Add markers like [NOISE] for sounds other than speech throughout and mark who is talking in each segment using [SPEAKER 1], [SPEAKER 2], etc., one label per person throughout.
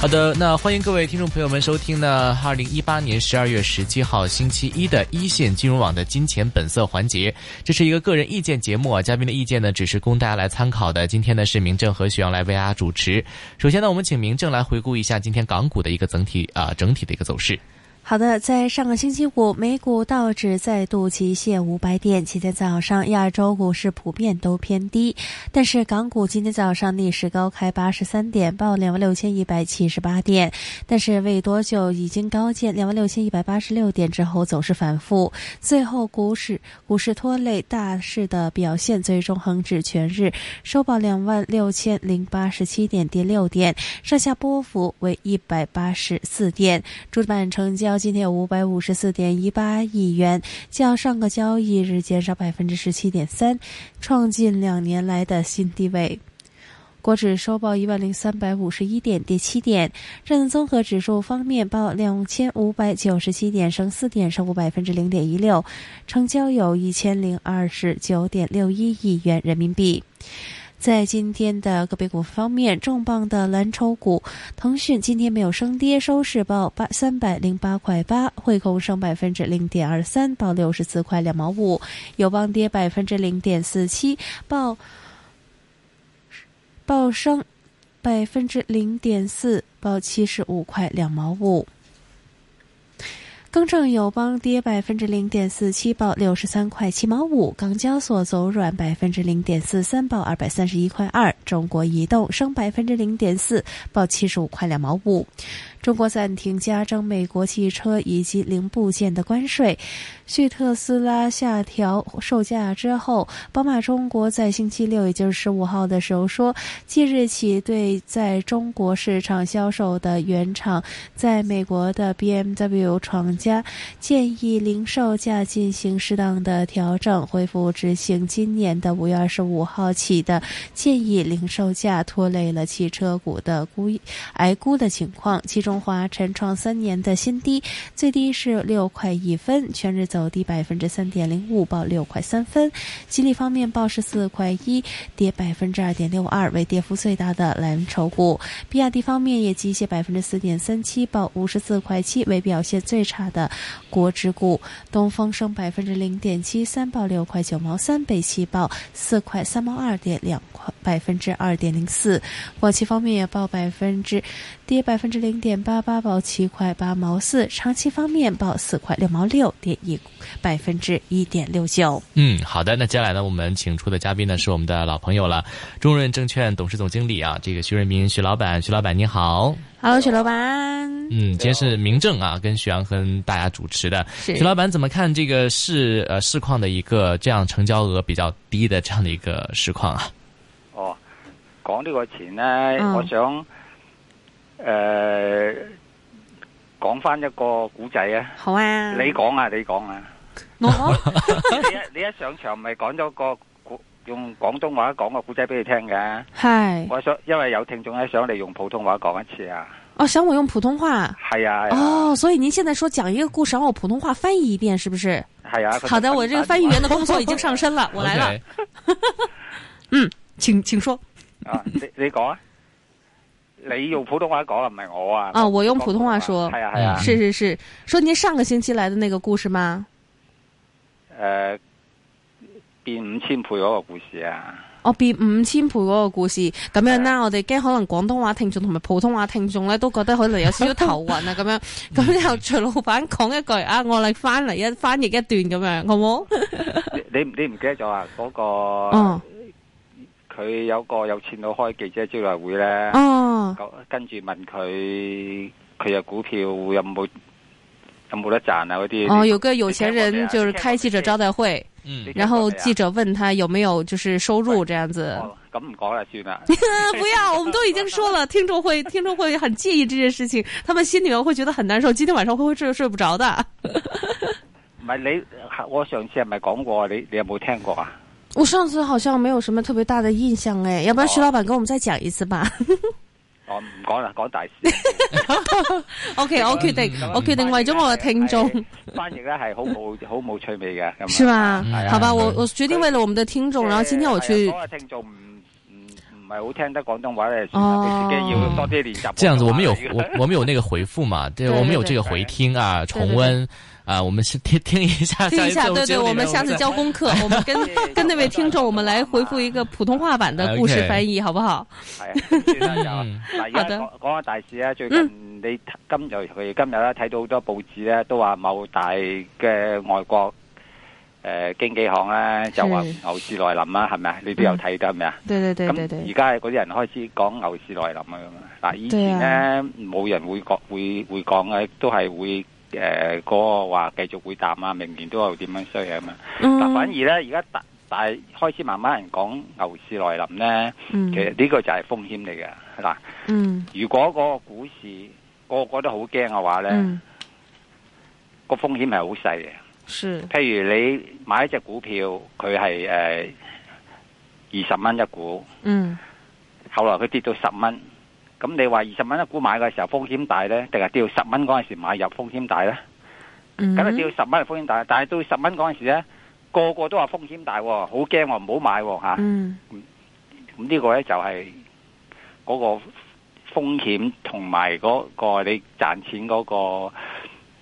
[SPEAKER 1] 好的，那欢迎各位听众朋友们收听呢，二零一八年十二月十七号星期一的一线金融网的金钱本色环节，这是一个个人意见节目啊，嘉宾的意见呢只是供大家来参考的。今天呢是明正和徐阳来为大家主持。首先呢，我们请明正来回顾一下今天港股的一个整体啊、整体的一个走势。
[SPEAKER 2] 好的，在上个星期五，美股道指再度极限五百点。今天早上，亚洲股市普遍都偏低，但是港股今天早上历史高开八十三点，报两万六千一百七十八点，但是未多久已经高见两万六千一百八十六点之后走势反复，最后股市股市拖累大市的表现，最终恒指全日收报两万六千零八十七点，跌六点，上下波幅为一百八十四点，主板成交。今天有五百五十四点一八亿元，较上个交易日减少百分之十七点三，创近两年来的新低位。国指收报一万零三百五十一点，跌七点。证综合指数方面报两千五百九十七点，升四点，升幅百分之零点一六，成交有一千零二十九点六一亿元人民币。在今天的个别股方面，重磅的蓝筹股，腾讯今天没有升跌，收市报八三百零八块八，汇控升百分之零点二三，报六十四块两毛五，友邦跌百分之零点四七，报报升百分之零点四，报七十五块两毛五。更正友邦跌百分之零点四七，报六十三块七毛五；港交所走软百分之零点四三，报二百三十一块二；中国移动升百分之零点四，报七十五块两毛五。中国暂停加征美国汽车以及零部件的关税，据特斯拉下调售价之后，宝马中国在星期六，也就是十五号的时候说，即日起对在中国市场销售的原厂在美国的 BMW 厂家建议零售价进行适当的调整，恢复执行今年的五月二十五号起的建议零售价，拖累了汽车股的估挨估的情况。其中华晨创三年的新低，最低是六块一分，全日走低百分之三点零五，报六块三分。吉利方面报十四块一，跌百分之二点六二，为跌幅最大的蓝筹股。比亚迪方面也急跌百分之四点三七，报五十四块七，为表现最差的国指股。东风升百分之零点七三，报六块九毛三，被气报四块三毛二，跌两块百分之二点零四。广汽方面也报百分之跌百分之零点八八，报七块八毛四。长期方面报四块六毛六，跌一百分之一点六九。
[SPEAKER 1] 嗯，好的。那接下来呢，我们请出的嘉宾呢是我们的老朋友了，中润证券董事总经理啊，这个徐润民徐老板，徐老板您好。
[SPEAKER 2] 好，许老板，
[SPEAKER 1] 嗯，今天是明正啊，跟徐阳跟大家主持的。
[SPEAKER 2] 是
[SPEAKER 1] 徐老板怎么看这个市呃市况的一个这样成交额比较低的这样的一个市况啊？
[SPEAKER 3] 哦，講呢個前呢，
[SPEAKER 2] 嗯
[SPEAKER 3] 我想诶讲翻一個古仔啊。
[SPEAKER 2] 好啊，哦
[SPEAKER 3] 你講啊，你
[SPEAKER 2] [LAUGHS]
[SPEAKER 3] 講啊。
[SPEAKER 2] 我
[SPEAKER 1] [LAUGHS]
[SPEAKER 3] 你一你一上場咪講咗個古用廣東話講個古仔俾你聽嘅。
[SPEAKER 2] 嗨，
[SPEAKER 3] 我想因為有聽眾咧想你用普通話講一次啊。
[SPEAKER 2] 哦，想我用普通话。
[SPEAKER 3] 係啊，係啊
[SPEAKER 2] 哦，所以您现在说讲一个故事，让我普通话翻译一遍，是不是？
[SPEAKER 3] 係啊。佢
[SPEAKER 2] 好的，
[SPEAKER 3] 就
[SPEAKER 2] 我这个翻译员的工作已经上身了，我来了，
[SPEAKER 1] [LAUGHS] OK，
[SPEAKER 2] 请请说。
[SPEAKER 3] 啊，你你講啊。你用普通話講啊，唔係我啊。
[SPEAKER 2] 啊我用普通話說
[SPEAKER 3] 係啊係啊。
[SPEAKER 2] 是是是，说您上个星期来的那个故事吗？嗯
[SPEAKER 3] 诶、變五千倍嗰個故事啊。
[SPEAKER 2] 我變五千倍嗰個故事咁樣啦，我哋驚可能廣東話聽眾同埋普通話聽眾咧，都覺得可能有少少頭暈啊咁 [LAUGHS] 樣。咁然後徐老闆講一句啊，我嚟翻嚟一翻譯一段咁樣，好冇？
[SPEAKER 3] 你你唔你唔記得咗啊？嗰、個
[SPEAKER 2] 哦
[SPEAKER 3] 佢、有個有錢佬開記者招待會咧，
[SPEAKER 2] 哦
[SPEAKER 3] 咁跟住問佢佢嘅股票有冇有冇得賺啊嗰啲。
[SPEAKER 2] 哦，有個有錢人就是開記者招待會，
[SPEAKER 1] 嗯，
[SPEAKER 2] 然後記者問他有沒有就是收入這樣子。
[SPEAKER 3] 哦咁唔講啦，算啦。
[SPEAKER 2] [LAUGHS] 不要，我们都已經說了，聽眾會聽眾會很介意這件事情，他們心裡面會覺得很難受，今天晚上會會睡睡不着的。
[SPEAKER 3] 唔係你，我上次係咪講過？你你有冇聽過啊？
[SPEAKER 2] 我上次好像没有什么特别大的印象哎，要不然徐老板跟我们再讲一次吧。
[SPEAKER 3] 我唔講啦，講大市。
[SPEAKER 2] [LAUGHS] OK，我決定，
[SPEAKER 3] 嗯
[SPEAKER 2] 我決定為咗我嘅聽眾，
[SPEAKER 3] 翻譯咧係好冇好冇趣味嘅，咁啊
[SPEAKER 2] [LAUGHS] 是吧
[SPEAKER 3] 係？啊
[SPEAKER 2] 好吧，我我决定為了我們的聽眾，然後今天我去
[SPEAKER 3] 嗰個聽眾唔唔唔係好聽得廣東話咧，算啦
[SPEAKER 2] 哦
[SPEAKER 3] 俾自己要多啲練習。
[SPEAKER 1] 这样子，我们
[SPEAKER 3] [LAUGHS]
[SPEAKER 1] 有我我们有那个回复嘛？对，
[SPEAKER 2] 对对
[SPEAKER 1] 我们有这个回听啊，重温啊，我们是听听一下，
[SPEAKER 2] 听一
[SPEAKER 1] 哎下一
[SPEAKER 2] 下，
[SPEAKER 1] 次
[SPEAKER 2] 对对，
[SPEAKER 1] 节目
[SPEAKER 2] 我
[SPEAKER 1] 里面
[SPEAKER 2] 们下次
[SPEAKER 1] 再
[SPEAKER 2] 交功课，我们跟跟那位听众，我们来回复一个普通话版的故事
[SPEAKER 1] OK
[SPEAKER 2] 翻译，好不好？
[SPEAKER 3] 係啊，
[SPEAKER 2] [LAUGHS]
[SPEAKER 3] 算啦
[SPEAKER 1] 嗯
[SPEAKER 3] 就嗱，而
[SPEAKER 2] 好的
[SPEAKER 3] 家講講下大市啊，最近你今尤其今日咧睇到好多報紙咧，都話某大嘅外國誒經紀行咧就話
[SPEAKER 2] 是
[SPEAKER 3] 牛市來臨啦，係咪啊？你都有睇㗎係咪啊？
[SPEAKER 2] 對對對
[SPEAKER 3] 咁
[SPEAKER 2] 對
[SPEAKER 3] 而
[SPEAKER 2] 對，
[SPEAKER 3] 家嗰啲人開始講牛市來臨啊咁啊！嗱，以
[SPEAKER 2] 對
[SPEAKER 3] 前
[SPEAKER 2] 啊
[SPEAKER 3] 咧冇人會講會會講嘅，都係會誒嗰個話繼續會淡啊，明年都有點樣衰啊嘛。嗱、反而
[SPEAKER 2] 嗯
[SPEAKER 3] 咧而家大大開始慢慢人講牛市來臨咧，其實
[SPEAKER 2] 嗯
[SPEAKER 3] 呢個就係風險嚟嘅。嗱，
[SPEAKER 2] 嗯
[SPEAKER 3] 如果嗰個股市個個都好驚嘅話咧，
[SPEAKER 2] 嗯，
[SPEAKER 3] 個風險係好細嘅。
[SPEAKER 2] 是，
[SPEAKER 3] 譬如你買一隻股票，佢係誒二十蚊一股。
[SPEAKER 2] 嗯
[SPEAKER 3] 後來佢跌到十蚊，咁你話二十蚊一股買嘅時候風險大呢？定係跌到十蚊嗰陣時買入風險大呢？
[SPEAKER 2] 嗯，
[SPEAKER 3] 梗係跌到十蚊係風險大，但係到十蚊嗰陣時呢，個個都話風險大喎，好驚喎，唔好買喎嚇。
[SPEAKER 2] 嗯
[SPEAKER 3] 咁呢個呢，就係嗰個風險同埋嗰個你賺錢嗰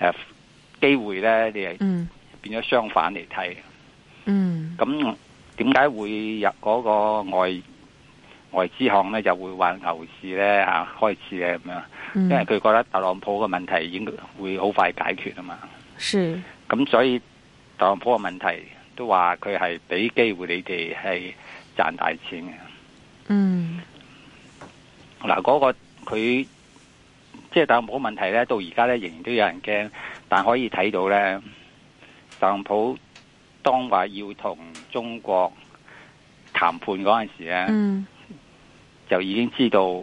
[SPEAKER 3] 個誒機會呢，你係
[SPEAKER 2] 嗯
[SPEAKER 3] 變咗相反嚟睇。
[SPEAKER 2] 嗯
[SPEAKER 3] 咁點解會入嗰個外外資行呢？就會話牛市呢，嚇、開始呢咁樣？因為
[SPEAKER 2] 嗯，
[SPEAKER 3] 佢覺得特朗普嘅問題已經會好快解決啊嘛，
[SPEAKER 2] 是，
[SPEAKER 3] 咁所以特朗普嘅問題都話佢係俾機會你哋係賺大錢嘅。
[SPEAKER 2] 嗯
[SPEAKER 3] 嗱，嗰個佢即係特朗普嘅問題呢，到而家呢仍然都有人驚，但可以睇到呢，特朗普當話要同中國談判嗰陣時呢，
[SPEAKER 2] 嗯
[SPEAKER 3] 就已經知道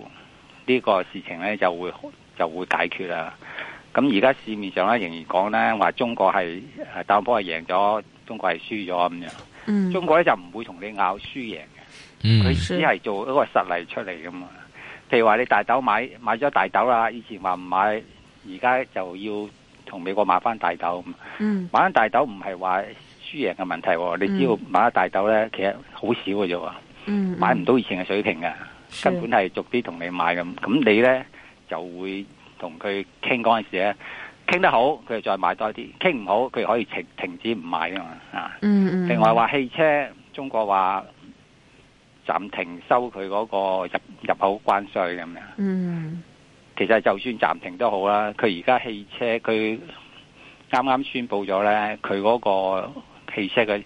[SPEAKER 3] 呢個事情呢就會就會解決啦。咁而家市面上咧仍然講呢話中國係誒特朗普係贏咗，中國係輸咗咁樣。
[SPEAKER 2] 嗯
[SPEAKER 3] 中國呢就唔會同你拗輸贏嘅，佢
[SPEAKER 1] 嗯
[SPEAKER 3] 只係做一個實例出嚟噶嘛。譬如話你大豆買買咗大豆啦，以前話唔買，而家就要同美國買翻大豆。
[SPEAKER 2] 嗯
[SPEAKER 3] 買翻大豆唔係話輸贏嘅問題喎，你只要買咗大豆呢，其實好少嘅啫喎，
[SPEAKER 2] 嗯，
[SPEAKER 3] 買唔到以前嘅水平嘅。
[SPEAKER 2] 是
[SPEAKER 3] 根本係逐啲同你買咁，咁你呢就會同佢傾嗰陣時咧，傾得好佢就再買多啲，傾唔好佢可以停停止唔買啊嘛啊！
[SPEAKER 2] 嗯嗯，
[SPEAKER 3] 另外話汽車，中國話暫停收佢嗰個入入口關税咁樣，
[SPEAKER 2] 嗯
[SPEAKER 3] 其實就算暫停都好啦，佢而家汽車佢啱啱宣布咗呢，佢嗰個汽車嘅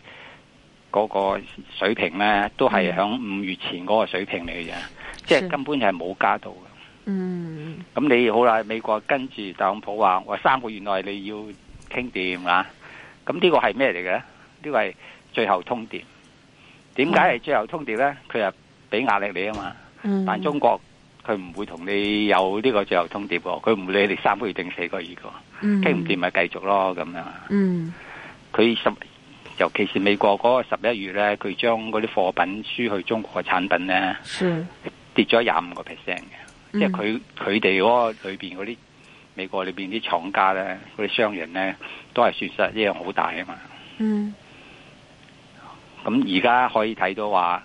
[SPEAKER 3] 嗰個水平呢，都係響五月前嗰個水平嚟嘅啫，即
[SPEAKER 2] 嗯是
[SPEAKER 3] 係根本係冇加到嘅。
[SPEAKER 2] 嗯
[SPEAKER 3] 咁你好啦，美國跟住特朗普話：我三個月內你要傾掂啦。咁呢個係咩嚟嘅呢？呢個係最後通牒。點解係最後通牒呢？佢係俾壓力你啊嘛。
[SPEAKER 2] 嗯，
[SPEAKER 3] 但中國佢唔會同你有呢個最後通牒喎，佢唔會理你三個月定四個月嘅，傾唔掂，咪啊繼續咯咁樣。啊
[SPEAKER 2] 嗯
[SPEAKER 3] 佢十尤其是美國嗰個十一月呢，佢將嗰啲貨品輸去中國嘅產品呢，
[SPEAKER 2] 是，嗯
[SPEAKER 3] 跌咗廿五個 percent 嘅。即係佢佢哋嗰個裏邊嗰啲美國裏邊啲廠家咧，嗰啲商人咧，都係損失一樣好大啊嘛。
[SPEAKER 2] 嗯
[SPEAKER 3] 咁而家可以睇到話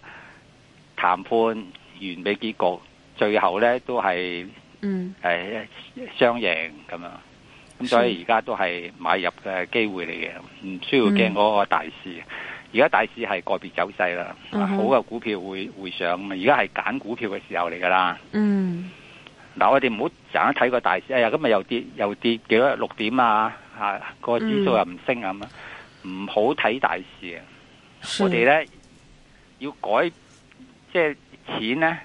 [SPEAKER 3] 談判完美結局，最後咧都係
[SPEAKER 2] 嗯
[SPEAKER 3] 誒雙贏咁樣。咁所以而家都係買入嘅機會嚟嘅，唔需要
[SPEAKER 2] 嗯
[SPEAKER 3] 驚嗰個大市。而家大市係個別走勢啦，
[SPEAKER 2] 嗯哼
[SPEAKER 3] 好嘅股票會會上啊嘛。而家係揀股票嘅時候嚟㗎啦。
[SPEAKER 2] 嗯
[SPEAKER 3] 嗱，我哋唔好成日睇個大市，哎呀，今日又跌又跌幾多六點啊，啊個指數又唔升啊咁啊，唔好睇大市啊！
[SPEAKER 2] 是，
[SPEAKER 3] 我哋咧要改，即係錢咧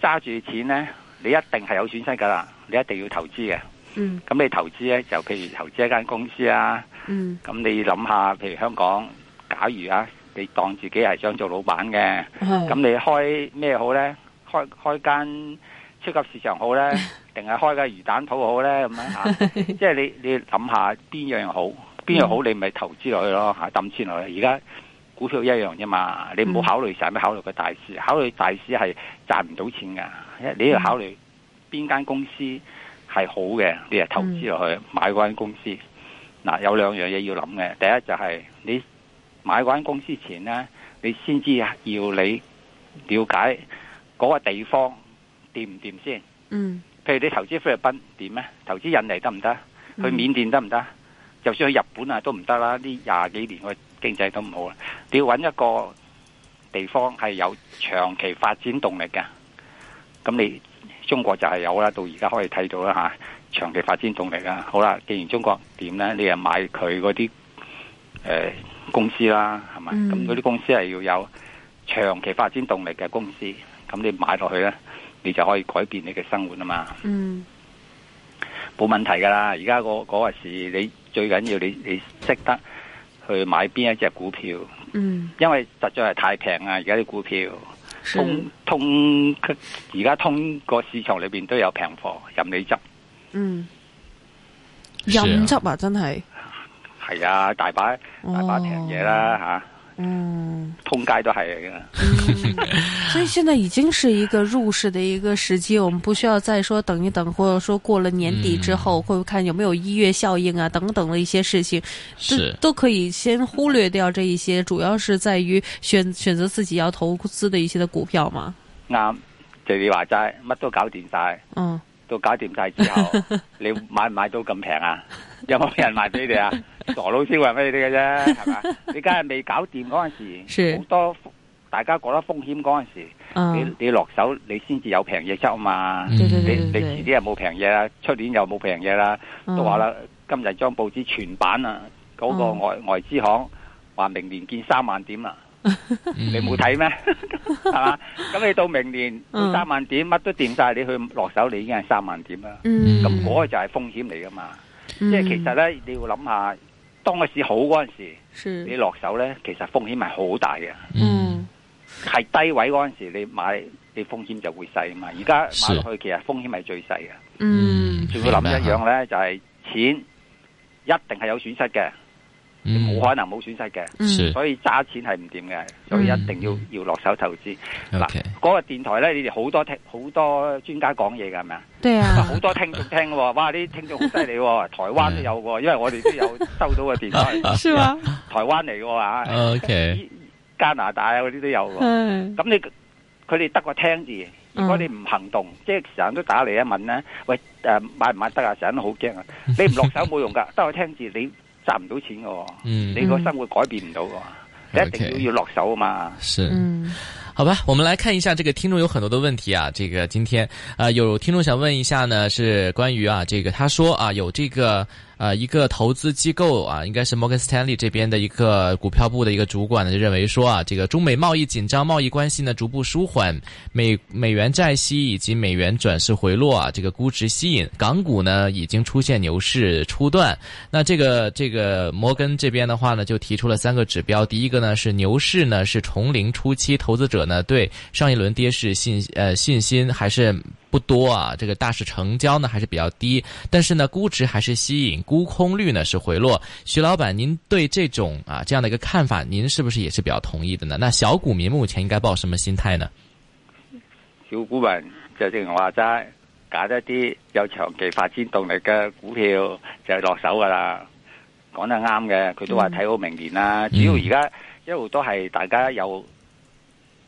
[SPEAKER 3] 揸住錢咧，你一定係有損失噶啦，你一定要投資嘅。
[SPEAKER 2] 嗯
[SPEAKER 3] 咁你投資咧就譬如投資一間公司啊，
[SPEAKER 2] 嗯
[SPEAKER 3] 咁你諗下，譬如香港，假如啊，你當自己係想做老闆嘅。咁
[SPEAKER 2] 咁
[SPEAKER 3] 你開咩好呢？開開間超級市場好呢？定係開個魚蛋鋪好呢？咁樣嚇，即係你你諗下邊樣好，邊樣好你咪投資落去咯嚇，抌錢落去。而家股票一樣啫嘛，你唔
[SPEAKER 2] 嗯
[SPEAKER 3] 好考慮成日考慮個大市，考慮大市係賺唔到錢噶，你要考慮邊間公司係好嘅，你就投資落去買嗰間公司。嗱，有兩樣嘢要諗嘅，第一就係你買嗰間公司前呢，你先知要你了解嗰個地方掂唔掂先。
[SPEAKER 2] 嗯
[SPEAKER 3] 譬如你投資菲律賓點咧？投資印尼得唔得？去
[SPEAKER 2] 嗯
[SPEAKER 3] 緬甸得唔得？就算去日本啊都唔得啦！呢廿幾年個經濟都唔好啦。啊你要揾一個地方係有長期發展動力嘅，咁你中國就係有啦，到而家可以睇到啦嚇、長期發展動力啦。好啦，既然中國點呢？你又買佢嗰啲誒公司啦，係咪？
[SPEAKER 2] 嗯
[SPEAKER 3] 咁嗰啲公司係要有長期發展動力嘅公司，咁你買落去呢，你就可以改變你嘅生活啊嘛。
[SPEAKER 2] 嗯
[SPEAKER 3] 冇問題㗎啦。而家嗰嗰個市，你最緊要你你識得去買邊一隻股票，
[SPEAKER 2] 嗯，
[SPEAKER 3] 因為實在係太平啊！而家啲股票
[SPEAKER 2] 是
[SPEAKER 3] 通通而家通個市場裏邊都有平貨，任你執。
[SPEAKER 2] 嗯，
[SPEAKER 1] 是啊
[SPEAKER 2] 任執啊，真係，
[SPEAKER 3] 係啊，大把
[SPEAKER 2] 哦
[SPEAKER 3] 大把平嘢啦嚇、
[SPEAKER 2] 嗯，
[SPEAKER 3] 通街都係嚟㗎。
[SPEAKER 2] 所以现在已经是一个入市的一个时机，我们不需要再说等一等，或者说过了年底之后，会看有没有一月效应啊等等的一些事情，都
[SPEAKER 1] 是
[SPEAKER 2] 都可以先忽略掉这一些，主要是在于选选择自己要投资的一些的股票嘛。
[SPEAKER 3] 啱，就你話齋，乜都搞掂晒。
[SPEAKER 2] 嗯，
[SPEAKER 3] 到搞掂晒之後，
[SPEAKER 2] [LAUGHS]
[SPEAKER 3] 你買唔買到咁平啊？有冇人賣俾
[SPEAKER 2] [LAUGHS]
[SPEAKER 3] 你啊？傻佬先話俾你哋嘅啫，係嘛？你梗係未搞掂嗰陣時，
[SPEAKER 2] 是
[SPEAKER 3] 好多大家覺得風險嗰陣時，
[SPEAKER 2] 啊，
[SPEAKER 3] 你你落手你先至有平嘢執啊嘛。
[SPEAKER 1] 嗯
[SPEAKER 2] 对对
[SPEAKER 3] 你
[SPEAKER 2] 对
[SPEAKER 3] 你
[SPEAKER 2] 对嗯对，
[SPEAKER 3] 遲啲又冇平嘢啦，出年又冇平嘢啦，都話啦，今日張報紙全版啊，嗰、個
[SPEAKER 2] 嗯
[SPEAKER 3] 外外資行話明年見三萬點啦。
[SPEAKER 1] 嗯
[SPEAKER 3] [LAUGHS] 你冇
[SPEAKER 2] [LAUGHS]
[SPEAKER 3] 睇咩？係嘛？咁你到明年
[SPEAKER 2] 嗯
[SPEAKER 3] 三萬點，乜都掂晒，你去落手，你已經係三萬點啦。
[SPEAKER 2] 嗯，
[SPEAKER 1] 咁
[SPEAKER 3] 咁嗰個就係風險嚟噶嘛。
[SPEAKER 2] 嗯
[SPEAKER 3] 即係其實咧，你要諗下，當個市好嗰陣時，
[SPEAKER 1] 嗯
[SPEAKER 2] 是
[SPEAKER 3] 你落手咧，其實風險係好大嘅。
[SPEAKER 2] 嗯
[SPEAKER 3] 係低位嗰陣時，你買你風險就會細啊嘛。而家買落去其實風險係最細嘅。
[SPEAKER 2] 嗯
[SPEAKER 3] 仲要諗一樣咧，就係錢一定係有損失嘅，
[SPEAKER 1] 嗯，
[SPEAKER 3] 冇可能冇損失嘅。
[SPEAKER 2] 嗯
[SPEAKER 1] 是
[SPEAKER 3] 所以揸錢係唔掂嘅，所以一定要
[SPEAKER 1] 嗯
[SPEAKER 3] 要落手投資。嗱
[SPEAKER 1] OK，
[SPEAKER 3] 嗰個電台咧，你哋好多聽好多專家講嘢㗎，係咪啊？
[SPEAKER 2] 对
[SPEAKER 3] 哇 [LAUGHS]
[SPEAKER 2] 啊，
[SPEAKER 3] 好多聽眾聽喎，哇！啲聽眾好犀利
[SPEAKER 1] [LAUGHS]
[SPEAKER 3] 喎，台灣都有喎，
[SPEAKER 1] 嗯
[SPEAKER 3] 因為我哋都有收到個電台，
[SPEAKER 2] 是吧？
[SPEAKER 3] 台灣嚟嘅喎嚇
[SPEAKER 1] OK，
[SPEAKER 3] 加拿大啊嗰啲都有喎。
[SPEAKER 2] 嗯
[SPEAKER 3] 咁你佢哋得個聽字，如
[SPEAKER 2] 哎
[SPEAKER 3] 果你唔行動，
[SPEAKER 1] 嗯
[SPEAKER 3] 即係成日都打嚟一問咧，喂誒買唔買得啊？成日都好驚啊！你唔落手冇用㗎， [LAUGHS] 得個聽字你賺唔到錢嘅喎，
[SPEAKER 1] 嗯，
[SPEAKER 3] 你個生活改變唔到嘅喎，你一定
[SPEAKER 1] OK
[SPEAKER 3] 要要落手啊嘛。
[SPEAKER 1] 是。
[SPEAKER 2] 嗯
[SPEAKER 1] 好吧，我们来看一下这个听众有很多的问题啊。这个今天啊、呃有听众想问一下呢，是关于啊这个他说啊有这个呃一个投资机构啊，应该是摩根斯坦利这边的一个股票部的一个主管呢，就认为说啊，这个中美贸易紧张，贸易关系呢逐步舒缓，美美元债息以及美元转势回落啊，这个估值吸引，港股呢已经出现牛市初段。那这个这个摩根这边的话呢，就提出了三个指标，第一个呢是牛市呢是从零初期，投资者呢对上一轮跌势信呃信心还是。不多啊，这个大市成交呢还是比较低，但是呢估值还是吸引，沽空率呢是回落。徐老板，您对这种啊这样的一个看法，您是不是也是比较同意的呢？那小股民目前应该抱什么心态呢？
[SPEAKER 3] 小股民就正如話齋，揀一啲有長期發展動力嘅股票就落手噶啦。講得啱嘅，佢都
[SPEAKER 2] 嗯
[SPEAKER 3] 話睇好明年啦。主要而家一路都係大家有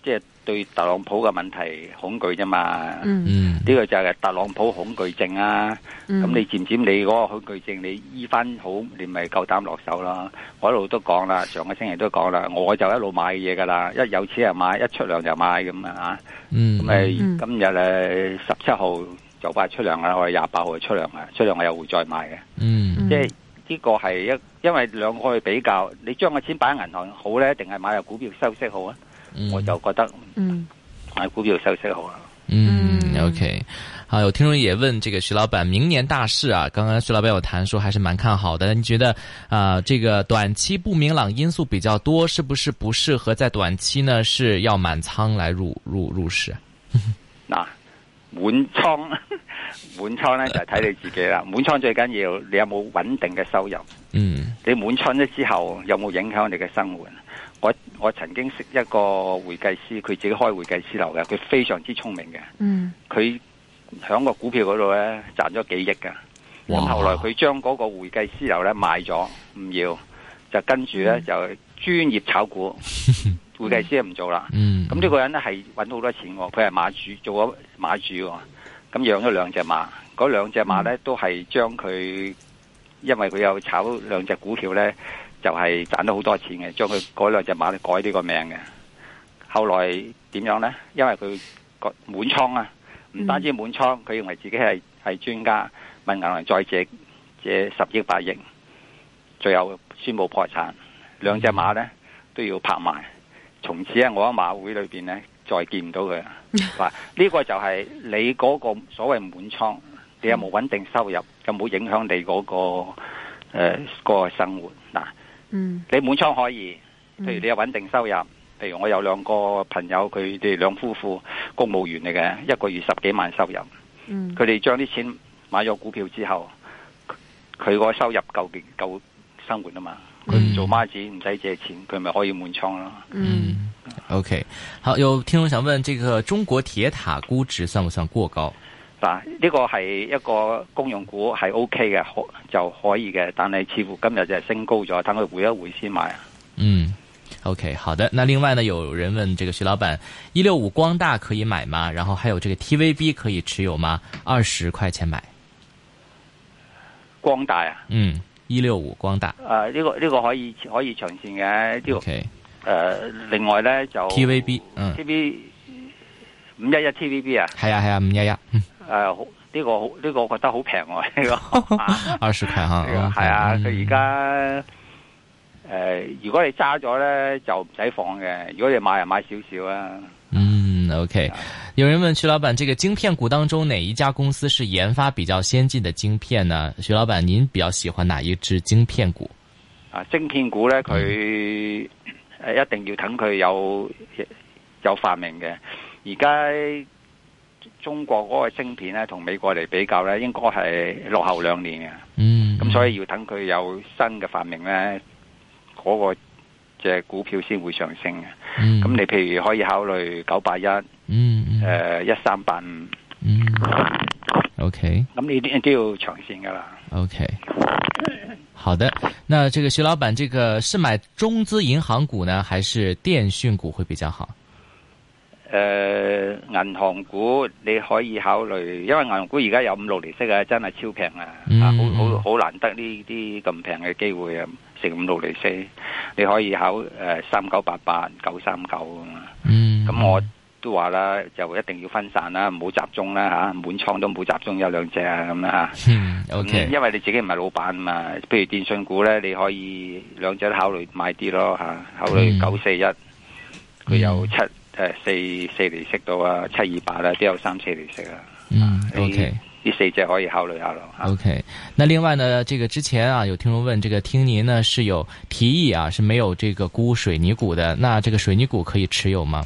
[SPEAKER 3] 即係、對特朗普嘅問題恐懼啫嘛。呢、
[SPEAKER 2] 嗯
[SPEAKER 1] 嗯，
[SPEAKER 3] 個就係特朗普恐懼症啊！
[SPEAKER 2] 嗯，
[SPEAKER 3] 咁你漸漸你嗰個恐懼症，你醫翻好，你咪夠膽落手啦。我一路都講啦，上個星期都講啦，我就一路買嘢噶啦，一有錢就買，一出糧就買咁啊嚇
[SPEAKER 1] 嗯，
[SPEAKER 3] 咁咪
[SPEAKER 2] 嗯
[SPEAKER 3] 今日咧十七號就快出糧啦，我哋廿八號就出糧啦，出糧我又會再買嘅。
[SPEAKER 1] 嗯
[SPEAKER 2] 嗯
[SPEAKER 3] 即係呢個係一，因為兩個去比較，你將個錢擺喺銀行好咧，定係買入股票收息好啊？
[SPEAKER 1] 嗯
[SPEAKER 3] 我就覺得
[SPEAKER 2] 嗯
[SPEAKER 3] 買股票收息好啊。
[SPEAKER 1] 嗯
[SPEAKER 2] 嗯
[SPEAKER 1] ，OK，好，有听众也问这个徐老板，明年大势啊，刚刚徐老板有谈说还是蛮看好的，你觉得啊、这个短期不明朗因素比较多，是不是不适合在短期呢？是要满仓来入入入市？
[SPEAKER 3] 嗱，滿倉 [LAUGHS] 滿倉咧就係睇你自己啦。滿倉最緊要你有冇穩定嘅收入？
[SPEAKER 1] 嗯
[SPEAKER 3] 你滿倉咗之後有冇影響你嘅生活？我我曾經識一個會計師，佢自己開會計師樓嘅，佢非常之聰明嘅，
[SPEAKER 2] 嗯
[SPEAKER 3] 佢喺個股票嗰度咧賺咗幾億㗎。咁
[SPEAKER 1] 哇
[SPEAKER 3] 後來佢將嗰個會計師樓咧賣咗，唔要，就跟住咧就專業炒股，會計師唔做啦。
[SPEAKER 1] 嗯，
[SPEAKER 3] 咁呢個人咧係揾好多錢喎，佢係馬主，做咗馬主喎，咁養咗兩隻馬，嗰兩隻馬咧都係將佢，因為佢有炒兩隻股票咧，就係、賺到好多錢嘅，將佢嗰兩隻馬咧改呢個名嘅。後來點樣咧？因為佢個滿倉啊，唔單止滿倉，佢認為自己係係專家，問銀行再借借十億八億，最後宣布破產，兩隻馬咧都要拍賣。從此喺我喺馬會裏邊咧，再見唔到佢啦。嗱，呢個就係你嗰個所謂滿倉，你有冇穩定收入，有冇影響你嗰、個誒、呃個生活？嗱，
[SPEAKER 2] 嗯
[SPEAKER 3] 你滿倉可以，譬如
[SPEAKER 2] 嗯
[SPEAKER 3] 你有穩定收入，譬如我有兩個朋友，佢哋兩夫婦公務員嚟嘅，一個月十幾萬收入，
[SPEAKER 2] 嗯
[SPEAKER 3] 佢哋將啲錢買咗股票之後，佢個收入夠夠生活啊嘛，
[SPEAKER 1] 嗯
[SPEAKER 3] 佢唔做孖展，唔使借錢，佢咪可以滿倉咯。
[SPEAKER 2] 嗯，
[SPEAKER 1] 嗯，OK，好，有听众想问，这个中国铁塔估值算不算过高？
[SPEAKER 3] 嗱，呢個係一個公用股係 O K 嘅，可就可以嘅，但係似乎今日就係升高咗，等佢回一回先買。
[SPEAKER 1] 嗯，OK，好的。那另外呢，有人问这个徐老板，一六五光大可以买吗？然后还有这个 TVB 可以持有吗？二十块钱买，
[SPEAKER 3] 光大啊，
[SPEAKER 1] 嗯，一六五光大
[SPEAKER 3] 誒、呢、個呢、個可以可以長線嘅，呢、個誒、
[SPEAKER 1] ，OK，
[SPEAKER 3] 另外咧就
[SPEAKER 1] TVB 嗯
[SPEAKER 3] T V 五一一 T V B 啊，
[SPEAKER 1] 系啊系啊，五一一，嗯，
[SPEAKER 3] 誒、好呢、個好呢、個我覺得好平喎，呢、
[SPEAKER 1] [LAUGHS]
[SPEAKER 3] 個啊
[SPEAKER 1] [LAUGHS] 二十块哈，哦嗯
[SPEAKER 3] 呢個係啊，佢而家。誒，如果你揸咗咧，就唔使放嘅；如果你買，就買少少啊。
[SPEAKER 1] 嗯，OK
[SPEAKER 3] 啊。
[SPEAKER 1] 有人问徐老板，这个晶片股当中哪一家公司是研发比较先进的晶片呢？徐老板，您比较喜欢哪一只晶片股？
[SPEAKER 3] 啊，晶片股咧，
[SPEAKER 1] 嗯
[SPEAKER 3] 佢诶一定要等佢有有發明嘅。而家中國嗰個晶片咧，同美國嚟比較咧，應該係落後兩年嘅。
[SPEAKER 1] 嗯，
[SPEAKER 3] 咁所以要等佢有新嘅發明咧，嗰、個隻股票先會上升嘅。
[SPEAKER 1] 嗯，
[SPEAKER 3] 咁你譬如可以考慮九八一、
[SPEAKER 1] 嗯嗯
[SPEAKER 3] 诶一三八五，
[SPEAKER 1] 嗯，OK。
[SPEAKER 3] 呃咁呢啲都要長線噶啦。
[SPEAKER 1] OK，好的。那这个徐老板，这个是买中资银行股呢，还是电讯股会比较好？
[SPEAKER 3] 诶、銀行股你可以考慮，因為銀行股而家有五六厘息啊，真係超平啊！
[SPEAKER 1] 嗯
[SPEAKER 3] 啊，好好好難得呢啲咁平嘅機會啊，成五六厘息，你可以考诶三九八八、九三九咁啊。
[SPEAKER 1] 嗯
[SPEAKER 3] 咁我都話啦，就一定要分散啦，唔好集中啦吓，滿倉都唔好集中有兩隻啊咁啦吓。
[SPEAKER 1] 嗯
[SPEAKER 3] 嗯
[SPEAKER 1] OK
[SPEAKER 3] 因為你自己唔係老闆嘛，譬如電信股咧，你可以兩者都考慮買啲咯吓，考慮
[SPEAKER 1] 嗯
[SPEAKER 3] 九四一，佢有七诶四四厘息到啊，七二八啦，都有三四厘息啊，
[SPEAKER 1] 嗯
[SPEAKER 3] 你
[SPEAKER 1] OK
[SPEAKER 3] 呢四隻可以考慮下咯啊吓。
[SPEAKER 1] OK。那另外呢，这个之前啊，有听众问，这个听您呢是有提议啊，是没有这个估水泥股的，那这个水泥股可以持有吗？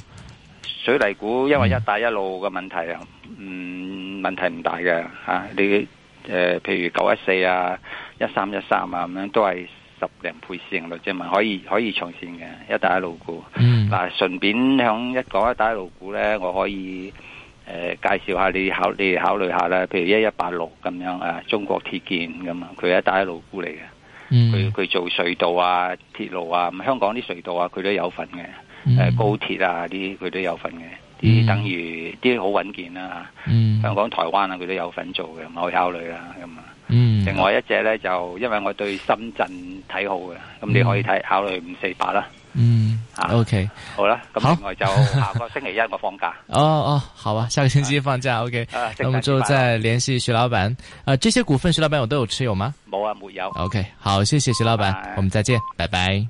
[SPEAKER 3] 水泥股因為一帶一路嘅問題啊，嗯問題唔大嘅吓、啊你诶、呃譬如九一四啊、一三一三啊咁樣都係十零倍市盈率啫嘛，可以可以長線嘅一帶一路股。
[SPEAKER 1] 嗯
[SPEAKER 3] 嗱，順便響一講一帶一路股咧，我可以誒、呃介紹下你考你哋考慮下啦，譬如一一八六咁樣啊，中國鐵建咁啊，佢係一帶一路股嚟嘅，佢
[SPEAKER 1] 嗯
[SPEAKER 3] 佢做隧道啊、鐵路啊，咁香港啲隧道啊，佢都有份嘅，誒、
[SPEAKER 1] 嗯
[SPEAKER 3] 高鐵啊啲佢都有份嘅，
[SPEAKER 1] 嗯
[SPEAKER 3] 啲等於啲好穩健啦、
[SPEAKER 1] 嗯
[SPEAKER 3] 香港、台灣啊，佢都有份做嘅，咁可以考慮啦咁啊。
[SPEAKER 1] 嗯
[SPEAKER 3] 另外一隻咧就因為我對深圳睇好嘅，咁你可以睇考慮五四八啦。
[SPEAKER 1] 嗯
[SPEAKER 3] 啊
[SPEAKER 1] OK
[SPEAKER 3] 好啦，咁
[SPEAKER 1] 好
[SPEAKER 3] 另外就下個星期一我放假，
[SPEAKER 1] [LAUGHS] 哦哦，好吧，下个星期放假 OK。
[SPEAKER 3] 啊，
[SPEAKER 1] 那我们
[SPEAKER 3] 聖
[SPEAKER 1] 就
[SPEAKER 3] 誕節快樂
[SPEAKER 1] 再联系徐老板。呃，这些股份徐老板我都有持有吗？
[SPEAKER 3] 冇啊，沒有。
[SPEAKER 1] OK，好，谢谢徐老板
[SPEAKER 3] 拜，拜
[SPEAKER 1] 我们再见，拜拜。